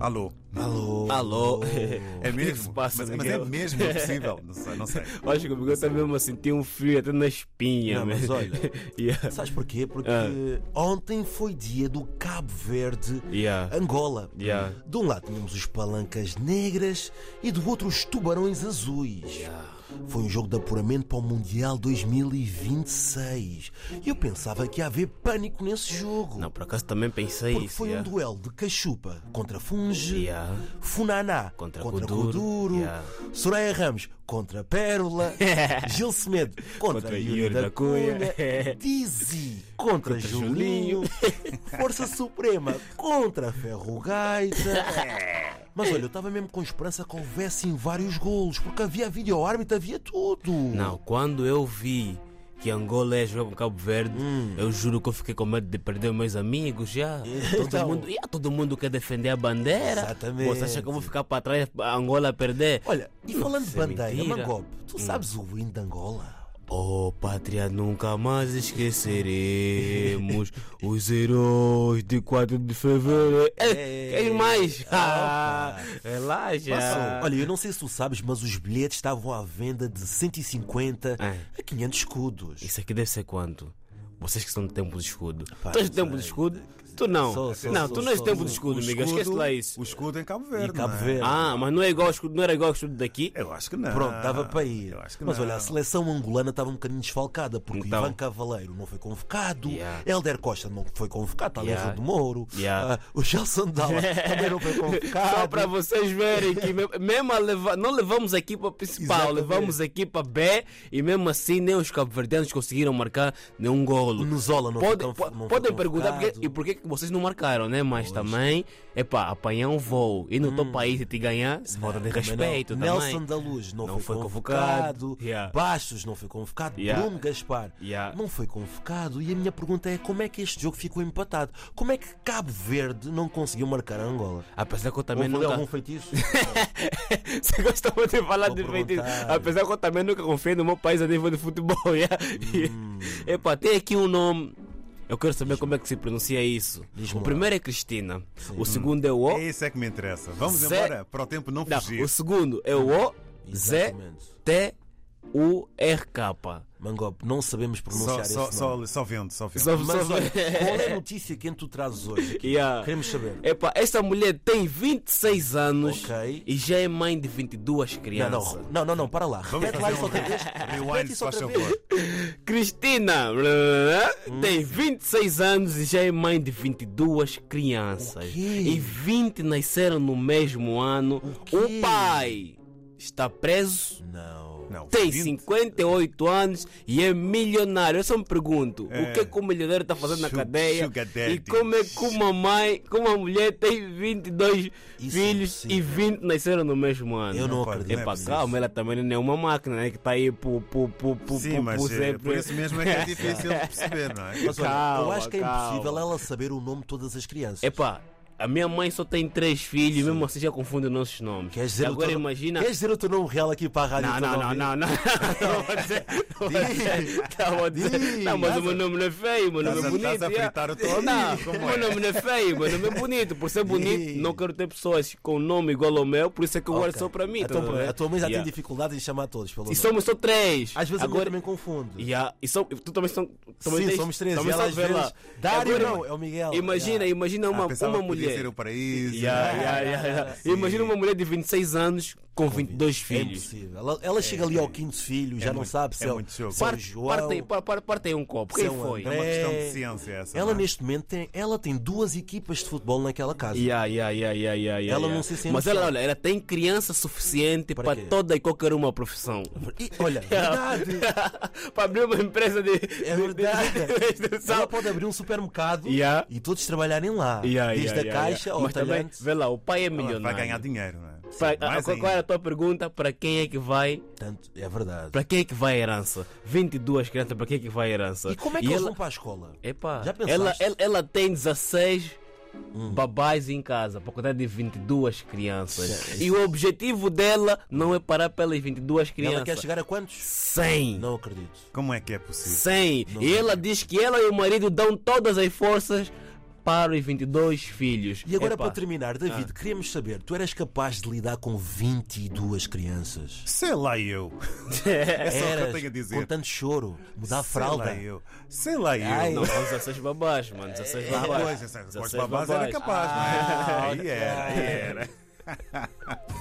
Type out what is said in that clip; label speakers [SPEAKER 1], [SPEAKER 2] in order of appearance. [SPEAKER 1] Alô.
[SPEAKER 2] Alô.
[SPEAKER 3] Alô.
[SPEAKER 1] É
[SPEAKER 3] que
[SPEAKER 1] mesmo?
[SPEAKER 3] se passa,
[SPEAKER 1] mas, mas é
[SPEAKER 3] Miguel?
[SPEAKER 1] mesmo é possível? Não sei, não sei.
[SPEAKER 3] Acho que o Miguel está mesmo a sentir um frio até na espinha. né?
[SPEAKER 2] Não,
[SPEAKER 3] é.
[SPEAKER 2] mas olha,
[SPEAKER 3] yeah.
[SPEAKER 2] Ah, sabes porquê? Porque
[SPEAKER 3] Ah.
[SPEAKER 2] ontem foi dia do Cabo Verde,
[SPEAKER 3] Yeah.
[SPEAKER 2] Angola.
[SPEAKER 3] Yeah.
[SPEAKER 2] De um lado tínhamos os palancas negras e do outro os tubarões azuis. Foi um jogo de apuramento para o Mundial 2026. E eu pensava que ia haver pânico nesse jogo.
[SPEAKER 3] Não, por acaso também pensei
[SPEAKER 2] Porque
[SPEAKER 3] É isso.
[SPEAKER 2] foi
[SPEAKER 3] yeah.
[SPEAKER 2] um duelo de Cachupa contra Funge,
[SPEAKER 3] Yeah.
[SPEAKER 2] Funaná
[SPEAKER 3] Contra Kuduro,
[SPEAKER 2] Kuduro,
[SPEAKER 3] yeah.
[SPEAKER 2] Soraya Ramos contra Pérola, Gil Semedo contra,
[SPEAKER 3] Contra
[SPEAKER 2] Yuri,
[SPEAKER 3] Yuri
[SPEAKER 2] da
[SPEAKER 3] da
[SPEAKER 2] Cunha,
[SPEAKER 3] Cunha.
[SPEAKER 2] Dizzy contra, Julinho, Força Suprema contra Ferrogaita. Mas olha, eu estava mesmo com esperança que houvessem vários golos, porque havia vídeo-árbitro, havia tudo.
[SPEAKER 3] Não, quando eu vi que Angola ia jogar com Cabo Verde,
[SPEAKER 2] Hum.
[SPEAKER 3] eu juro que eu fiquei com medo de perder meus amigos já. Todo,
[SPEAKER 2] Então.
[SPEAKER 3] mundo, yeah, todo mundo quer defender a bandeira.
[SPEAKER 2] Exatamente.
[SPEAKER 3] Você acha que eu vou ficar para trás a Angola a perder?
[SPEAKER 2] Olha, e falando de
[SPEAKER 3] Isso é
[SPEAKER 2] bandeira,
[SPEAKER 3] mentira. Hum.
[SPEAKER 2] Mangob, tu sabes o hino de Angola?
[SPEAKER 3] Oh pátria, nunca mais esqueceremos os heróis de 4 de fevereiro.
[SPEAKER 2] É.
[SPEAKER 3] Ei,
[SPEAKER 2] Ei.
[SPEAKER 3] Quem mais?
[SPEAKER 2] Ah,
[SPEAKER 3] relaxa.
[SPEAKER 2] Passou. Olha, eu não sei se tu sabes, mas os bilhetes estavam à venda de 150
[SPEAKER 3] É.
[SPEAKER 2] a 500 escudos.
[SPEAKER 3] Isso aqui deve ser quanto? Vocês que são do tempo do escudo.
[SPEAKER 2] Pá,
[SPEAKER 3] tu és do
[SPEAKER 2] não
[SPEAKER 3] tempo do
[SPEAKER 2] sei.
[SPEAKER 3] escudo? Tu não.
[SPEAKER 2] Sou, sou,
[SPEAKER 3] não,
[SPEAKER 2] sou,
[SPEAKER 3] tu não és do
[SPEAKER 2] sou,
[SPEAKER 3] tempo
[SPEAKER 2] sou.
[SPEAKER 3] do escudo,
[SPEAKER 1] O
[SPEAKER 3] amigo. Esquece
[SPEAKER 1] escudo-
[SPEAKER 3] lá isso.
[SPEAKER 1] O escudo em Cabo Verde.
[SPEAKER 2] E Cabo
[SPEAKER 1] não é?
[SPEAKER 2] Verde.
[SPEAKER 3] Ah, mas não, é igual ao escudo, não era igual ao escudo daqui?
[SPEAKER 1] Eu acho que não.
[SPEAKER 2] Pronto, dava para ir.
[SPEAKER 1] Eu acho que
[SPEAKER 2] Mas
[SPEAKER 1] não.
[SPEAKER 2] olha, a seleção angolana estava um bocadinho desfalcada, porque
[SPEAKER 3] Então.
[SPEAKER 2] Ivan Cavaleiro não foi convocado,
[SPEAKER 3] Yeah.
[SPEAKER 2] Helder Costa não foi convocado, talvez
[SPEAKER 3] Yeah.
[SPEAKER 2] o de Mouro,
[SPEAKER 3] Yeah.
[SPEAKER 2] ah, o Gelson Dalla É, também não foi convocado.
[SPEAKER 3] Só para vocês verem que me- mesmo a leva- não levamos aqui para principal,
[SPEAKER 2] Exatamente.
[SPEAKER 3] levamos aqui para B e mesmo assim nem os cabo-verdianos conseguiram marcar nenhum golo.
[SPEAKER 2] O Nuzola não
[SPEAKER 3] Podem,
[SPEAKER 2] foi, conv- não foi
[SPEAKER 3] podem perguntar porque,
[SPEAKER 2] convocado.
[SPEAKER 3] e porquê que vocês não marcaram, né? Mas também, é pá, apanhar um voo e no teu país e te ganhar, se falta de
[SPEAKER 2] Também Hum. não.
[SPEAKER 3] respeito também.
[SPEAKER 2] Nelson da Luz não, foi, convocado,
[SPEAKER 3] Yeah.
[SPEAKER 2] Bastos não foi convocado,
[SPEAKER 3] Yeah.
[SPEAKER 2] Bruno Gaspar
[SPEAKER 3] Yeah.
[SPEAKER 2] não foi convocado. E a minha pergunta é: como é que este jogo ficou empatado? Como é que Cabo Verde não conseguiu marcar a Angola?
[SPEAKER 3] Apesar que eu também tá.
[SPEAKER 2] Houve ali
[SPEAKER 3] nunca.
[SPEAKER 2] algum feitiço?
[SPEAKER 3] Você gostava de falar
[SPEAKER 2] Vou
[SPEAKER 3] de feitiço.
[SPEAKER 2] perguntar.
[SPEAKER 3] Apesar que eu também nunca confiei no meu país a nível de futebol. Yeah.
[SPEAKER 2] Hum.
[SPEAKER 3] Epá, tem aqui um nome. Eu quero saber como é que se pronuncia isso.
[SPEAKER 2] Diz-me
[SPEAKER 3] O
[SPEAKER 2] lá. Hum.
[SPEAKER 3] primeiro é Cristina. O segundo é o O.
[SPEAKER 1] É isso é que me interessa. Vamos
[SPEAKER 3] Zé-
[SPEAKER 1] embora para o tempo não
[SPEAKER 3] Não,
[SPEAKER 1] fugir.
[SPEAKER 3] o segundo é o O. Z.
[SPEAKER 2] Exatamente.
[SPEAKER 3] T. U. R. K.
[SPEAKER 2] Mangob, não sabemos
[SPEAKER 1] Só,
[SPEAKER 2] pronunciar
[SPEAKER 1] só,
[SPEAKER 2] esse nome.
[SPEAKER 1] só, só vendo, só vendo.
[SPEAKER 3] Só-
[SPEAKER 2] Mas
[SPEAKER 3] só-
[SPEAKER 2] olha, qual é a notícia que tu trazes hoje? aqui?
[SPEAKER 3] Yeah.
[SPEAKER 2] Queremos saber.
[SPEAKER 3] Epá, esta mulher tem 26 anos
[SPEAKER 2] Ok.
[SPEAKER 3] e já é mãe de 22
[SPEAKER 2] Não,
[SPEAKER 3] crianças.
[SPEAKER 2] não, não, não, não, para lá.
[SPEAKER 1] Vamos
[SPEAKER 2] Repete lá
[SPEAKER 1] fazer
[SPEAKER 2] isso
[SPEAKER 1] um
[SPEAKER 2] outra vez.
[SPEAKER 1] rewind,
[SPEAKER 2] isso
[SPEAKER 1] se faz
[SPEAKER 2] outra
[SPEAKER 1] favor.
[SPEAKER 2] vez.
[SPEAKER 3] Cristina blá,
[SPEAKER 2] Hum.
[SPEAKER 3] blá, blá, tem 26 anos e já é mãe de 22 crianças.
[SPEAKER 2] O quê?
[SPEAKER 3] E 20 nasceram no mesmo ano.
[SPEAKER 2] quê?
[SPEAKER 3] O pai está preso,
[SPEAKER 2] Não.
[SPEAKER 1] Não,
[SPEAKER 3] tem
[SPEAKER 1] 20.
[SPEAKER 3] 58 anos e é milionário. Eu só me pergunto, o que é que o milionário está fazendo na
[SPEAKER 1] Sugar-
[SPEAKER 3] cadeia?
[SPEAKER 1] sugar daddy.
[SPEAKER 3] E como é que uma mãe, que uma mulher tem 22
[SPEAKER 2] Isso é
[SPEAKER 3] filhos e
[SPEAKER 2] impossível.
[SPEAKER 3] 20 nasceram no mesmo ano?
[SPEAKER 2] Eu não
[SPEAKER 1] pode,
[SPEAKER 2] acredito.
[SPEAKER 3] É
[SPEAKER 1] não
[SPEAKER 3] pra
[SPEAKER 1] possível.
[SPEAKER 3] calma, ela também não é uma máquina, né? Que tá aí pro, pro, pro, pro,
[SPEAKER 1] Sim,
[SPEAKER 3] pro-
[SPEAKER 1] mas
[SPEAKER 3] pro
[SPEAKER 1] eh,
[SPEAKER 3] sempre.
[SPEAKER 1] por isso mesmo é que é difícil de perceber, não é?
[SPEAKER 2] Mas olha, eu
[SPEAKER 3] Calma,
[SPEAKER 2] acho que é
[SPEAKER 3] calma. É
[SPEAKER 2] impossível ela saber o nome de todas as crianças.
[SPEAKER 3] Epá, a minha mãe só tem três filhos, mesmo assim já confunde os nossos nomes.
[SPEAKER 2] Queres dizer
[SPEAKER 3] Agora
[SPEAKER 2] o teu...
[SPEAKER 3] imagina.
[SPEAKER 2] Queres dizer o teu nome real aqui para a rádio?
[SPEAKER 3] Não,
[SPEAKER 2] para
[SPEAKER 3] não, não,
[SPEAKER 2] ouvir?
[SPEAKER 3] não, não, não, vou dizer, não vou dizer, não vou dizer.
[SPEAKER 2] Diz.
[SPEAKER 3] Não, mas o meu nome não é feio, o meu nome é
[SPEAKER 1] Estás a-
[SPEAKER 3] bonito.
[SPEAKER 1] estás a
[SPEAKER 3] já.
[SPEAKER 1] fritar o teu
[SPEAKER 3] Não,
[SPEAKER 1] amigo, como
[SPEAKER 3] o meu nome não é feio, o meu nome é bonito. Por ser bonito,
[SPEAKER 2] Diz.
[SPEAKER 3] não quero ter pessoas com nome igual ao meu, por isso é que eu guardo
[SPEAKER 2] Ok.
[SPEAKER 3] só para mim.
[SPEAKER 2] A tua,
[SPEAKER 3] tá vendo?
[SPEAKER 2] a tua mãe já
[SPEAKER 3] Yeah.
[SPEAKER 2] tem dificuldade em chamar todos pelo
[SPEAKER 3] E
[SPEAKER 2] nome.
[SPEAKER 3] somos só três.
[SPEAKER 2] Às vezes
[SPEAKER 3] Agora,
[SPEAKER 2] a minha mãe também confunde.
[SPEAKER 3] Yeah, e são, tu também são. Também
[SPEAKER 2] Sim,
[SPEAKER 3] tens-
[SPEAKER 2] somos três.
[SPEAKER 3] Também
[SPEAKER 2] e ela
[SPEAKER 3] só
[SPEAKER 2] às
[SPEAKER 3] vê lá.
[SPEAKER 2] vezes... Dário
[SPEAKER 3] Agora,
[SPEAKER 2] não, é o Miguel.
[SPEAKER 3] Imagina,
[SPEAKER 2] Yeah.
[SPEAKER 3] imagina
[SPEAKER 1] Ah,
[SPEAKER 3] uma,
[SPEAKER 1] pensava
[SPEAKER 3] uma
[SPEAKER 1] que podia
[SPEAKER 3] mulher.
[SPEAKER 1] ser o paraíso. é?
[SPEAKER 3] Yeah, yeah, yeah, yeah.
[SPEAKER 1] Sim.
[SPEAKER 3] Imagina uma mulher de 26 anos com 22
[SPEAKER 2] É
[SPEAKER 3] filhos.
[SPEAKER 2] impossível. Ela, ela chega ali ao quinto filho, já não
[SPEAKER 1] muito-
[SPEAKER 2] sabe se
[SPEAKER 1] é
[SPEAKER 2] é, o
[SPEAKER 1] muito jogo.
[SPEAKER 2] se é o
[SPEAKER 3] Parte,
[SPEAKER 2] João.
[SPEAKER 3] parte, par- par- parte aí um copo. Quem
[SPEAKER 2] São
[SPEAKER 3] foi?
[SPEAKER 1] É uma
[SPEAKER 2] É.
[SPEAKER 1] questão de ciência essa.
[SPEAKER 2] Ela
[SPEAKER 1] não é?
[SPEAKER 2] neste momento tem, ela tem duas equipas de futebol naquela casa.
[SPEAKER 3] Yeah, yeah, yeah, yeah, yeah, yeah,
[SPEAKER 2] Ela
[SPEAKER 3] yeah.
[SPEAKER 2] não se sente
[SPEAKER 3] Mas ela,
[SPEAKER 2] só.
[SPEAKER 3] olha, ela tem criança suficiente
[SPEAKER 2] Para
[SPEAKER 3] para
[SPEAKER 2] quê?
[SPEAKER 3] toda e qualquer uma profissão.
[SPEAKER 2] E, olha, verdade.
[SPEAKER 3] para abrir uma empresa de.
[SPEAKER 2] É
[SPEAKER 3] de-
[SPEAKER 2] verdade.
[SPEAKER 3] de- de- de-
[SPEAKER 2] Ela pode abrir um supermercado
[SPEAKER 3] Yeah.
[SPEAKER 2] e todos trabalharem lá.
[SPEAKER 3] Yeah,
[SPEAKER 2] desde
[SPEAKER 3] yeah,
[SPEAKER 2] a
[SPEAKER 3] yeah,
[SPEAKER 2] caixa
[SPEAKER 3] yeah.
[SPEAKER 2] ao
[SPEAKER 3] Mas também,
[SPEAKER 2] talhante.
[SPEAKER 3] vê lá, o pai é
[SPEAKER 1] Ela
[SPEAKER 3] milionário.
[SPEAKER 1] vai ganhar dinheiro, não é?
[SPEAKER 3] Pra-
[SPEAKER 1] Sim, mais
[SPEAKER 3] qual, qual
[SPEAKER 1] ainda.
[SPEAKER 3] era a tua pergunta? Para quem é que vai?
[SPEAKER 2] Tanto, é verdade.
[SPEAKER 3] Para quem é que vai a herança? 22 crianças, para quem é que vai a herança?
[SPEAKER 2] E como é que eles
[SPEAKER 3] ela,
[SPEAKER 2] vão para a escola?
[SPEAKER 3] Epá,
[SPEAKER 2] Já pensaste? Hum.
[SPEAKER 3] ela, ela, ela tem 16 babais em casa, para contar de 22 crianças. E o objetivo dela não é parar pelas 22 crianças.
[SPEAKER 2] Ela quer chegar a quantos?
[SPEAKER 3] 100.
[SPEAKER 2] Não acredito.
[SPEAKER 1] Como é que é possível?
[SPEAKER 3] 100. E ela diz que ela e o marido dão todas as forças para os 22 filhos.
[SPEAKER 2] E agora,
[SPEAKER 3] Epá,
[SPEAKER 2] para terminar, David, queríamos saber: tu eras capaz de lidar com 22 crianças?
[SPEAKER 1] Sei lá eu. É só o que eu
[SPEAKER 2] Eras,
[SPEAKER 1] tenho a
[SPEAKER 2] com
[SPEAKER 1] dizer.
[SPEAKER 2] tanto choro, mudar a fralda.
[SPEAKER 1] Sei lá eu. Sei lá eu.
[SPEAKER 2] Ai,
[SPEAKER 1] não.
[SPEAKER 2] não.
[SPEAKER 1] Ah,
[SPEAKER 4] Não, 16 babás, mano. 16 babás.
[SPEAKER 1] né?
[SPEAKER 2] Ah,
[SPEAKER 1] pois, essa- com as babás era capaz, não é? Aí era, aí era.